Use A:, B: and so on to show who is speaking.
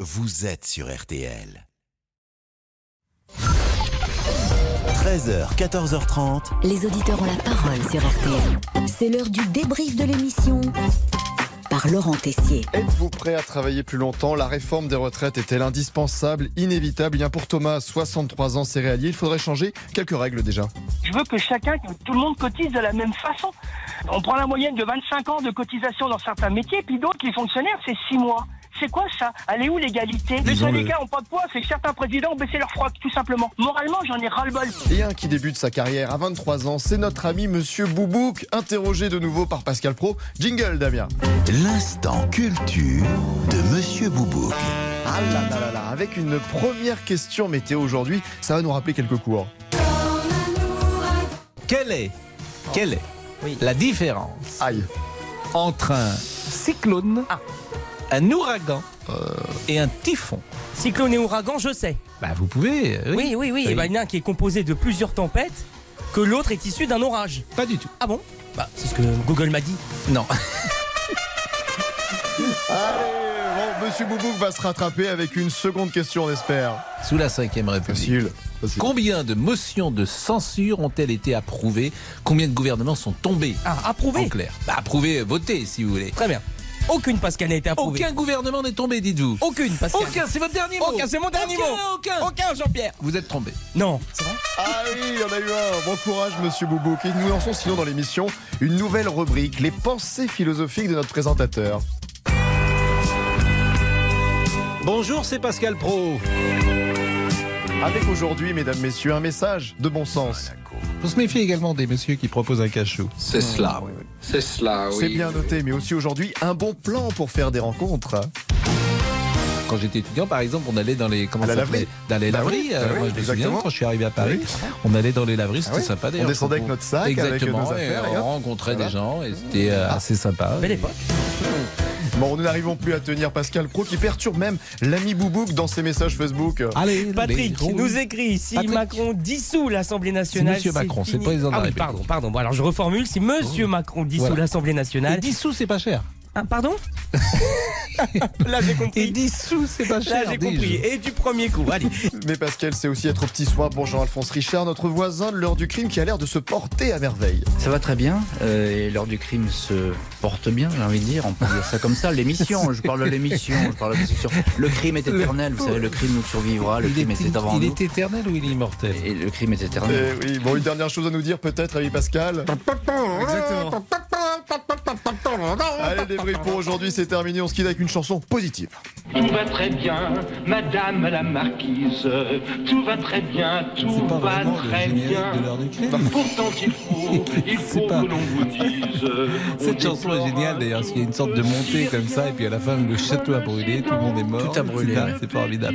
A: vous êtes sur RTL. 13h, 14h30.
B: Les auditeurs ont la parole sur RTL. C'est l'heure du débrief de l'émission par Laurent Tessier.
C: Êtes-vous prêt à travailler plus longtemps La réforme des retraites est-elle indispensable, inévitable Eh Bien pour Thomas, 63 ans céréalier, il faudrait changer quelques règles déjà.
D: Je veux que chacun, que tout le monde cotise de la même façon. On prend la moyenne de 25 ans de cotisation dans certains métiers, puis d'autres, les fonctionnaires, c'est 6 mois. C'est quoi ça Elle est où l'égalité Les
C: Disons-le.
D: syndicats ont pas de poids, c'est que certains présidents ont baissé leur froc, tout simplement. Moralement, j'en ai ras-le-bol.
C: Et un qui débute sa carrière à 23 ans, c'est notre ami Monsieur Boubouk, interrogé de nouveau par Pascal Pro. Jingle, Damien.
A: L'instant culture de Monsieur Boubouk.
C: Ah là là là là, avec une première question météo aujourd'hui, ça va nous rappeler quelques cours.
E: Quelle est,
A: Oh.
E: quelle est la différence
C: Aïe.
E: entre un cyclone,
F: Ah.
E: un ouragan
F: Euh.
E: et un typhon
F: Cyclone et ouragan, je sais.
E: bah, Vous pouvez. euh,
F: Oui, oui, oui.
E: Oui.
F: Et ben, il y en a un qui est composé de plusieurs tempêtes, que l'autre est issu d'un orage.
E: Pas du tout.
F: Ah bon Bah, c'est ce que Google m'a dit.
E: Non.
C: Allez, bon, Monsieur Boubouk va se rattraper avec une seconde question, on espère.
E: Sous la 5 République.
C: Facile. Facile.
E: Combien de motions de censure ont-elles été approuvées Combien de gouvernements sont tombés
F: Ah, approuvé
E: En clair. Bah, approuvées, votées si vous voulez.
F: Très bien. Aucune Pascal n'a été approuvée.
E: Aucun gouvernement n'est tombé, dites-vous.
F: Aucune Pascal.
E: Aucun, c'est votre dernier mot.
F: Aucun, c'est mon dernier
E: Aucun,
F: mot.
E: Aucun.
F: Aucun, Jean-Pierre.
E: Vous êtes trompé.
F: Non. C'est vrai
C: Ah oui, il y en a eu un. Bon courage, monsieur Boubouk. Et nous lançons sinon dans l'émission une nouvelle rubrique, les pensées philosophiques de notre présentateur.
G: Bonjour, c'est Pascal Pro.
C: Avec aujourd'hui, mesdames, messieurs, un message de bon sens.
E: On se méfie également des messieurs qui proposent un cachot.
H: C'est cela. C'est cela, oui.
C: C'est bien noté, mais aussi aujourd'hui, un bon plan pour faire des rencontres.
E: Quand j'étais étudiant, par exemple, on allait dans les comment
C: À la
E: ça s'appelait
C: laverie.
E: Dans les
C: Bah
E: laveries.
C: oui, bah
E: euh,
C: oui,
E: moi, je me souviens
C: exactement. Bah
E: quand je suis arrivé à Paris, on allait dans les laveries, c'était
C: Ah oui.
E: sympa.
C: On
E: d'ailleurs.
C: descendait avec notre sac, avec euh,
E: exactement,
C: nos affaires,
E: et
C: et hop.
E: on rencontrait
C: Voilà. Mmh.
E: des gens, et c'était euh, assez sympa.
F: Belle époque.
C: Bon, nous n'arrivons plus à tenir Pascal Pro qui perturbe même l'ami Boubouk dans ses messages Facebook.
E: Allez,
F: Patrick
E: les roues.
F: nous écrit si
E: Patrick.
F: Macron dissout l'Assemblée nationale.
E: C'est Monsieur Macron,
F: fini.
E: c'est le président de la
F: Ah oui,
E: République.
F: pardon, pardon. Bon, alors je reformule si Monsieur Macron dissout
E: Voilà.
F: l'Assemblée
E: Et
F: nationale.
E: 10 sous, c'est pas cher.
F: Ah, pardon Là j'ai
E: Et
F: compris.
E: 10 sous, c'est pas cher.
F: Là j'ai
E: dis-je.
F: compris. Et du premier coup. Allez.
C: Mais Pascal, c'est aussi être au petit soin pour Jean-Alphonse Richard, notre voisin de l'heure du crime qui a l'air de se porter à merveille.
I: Ça va très bien, euh, et l'heure du crime se porte bien, j'ai envie de dire. On peut dire ça comme ça. L'émission, je parle de l'émission, je parle de sur- Le crime est éternel, vous savez, le crime nous survivra, le
E: Il,
I: crime
E: est,
I: était avant
E: il
I: nous.
E: est éternel ou il est immortel
I: Et le crime est éternel.
C: Eh oui, bon, une dernière chose à nous dire peut-être, ami Pascal.
F: Exactement.
C: Allez, les débrief pour aujourd'hui, c'est terminé. On se quitte avec une chanson positive.
J: Tout va très bien, madame la marquise. Tout va très bien, tout
E: C'est pas
J: va
E: vraiment le
J: très bien.
E: générique de l'heure du crime.
J: Pourtant il faut, il
E: C'est
J: faut
E: pas-
J: que l'on vous dise.
E: Cette chanson est
J: hein.
E: géniale d'ailleurs, parce qu'il y a une sorte de montée comme ça, et puis à la fin, le château a brûlé, tout le monde est mort.
I: Tout a brûlé,
E: etc.
I: ouais.
E: C'est formidable.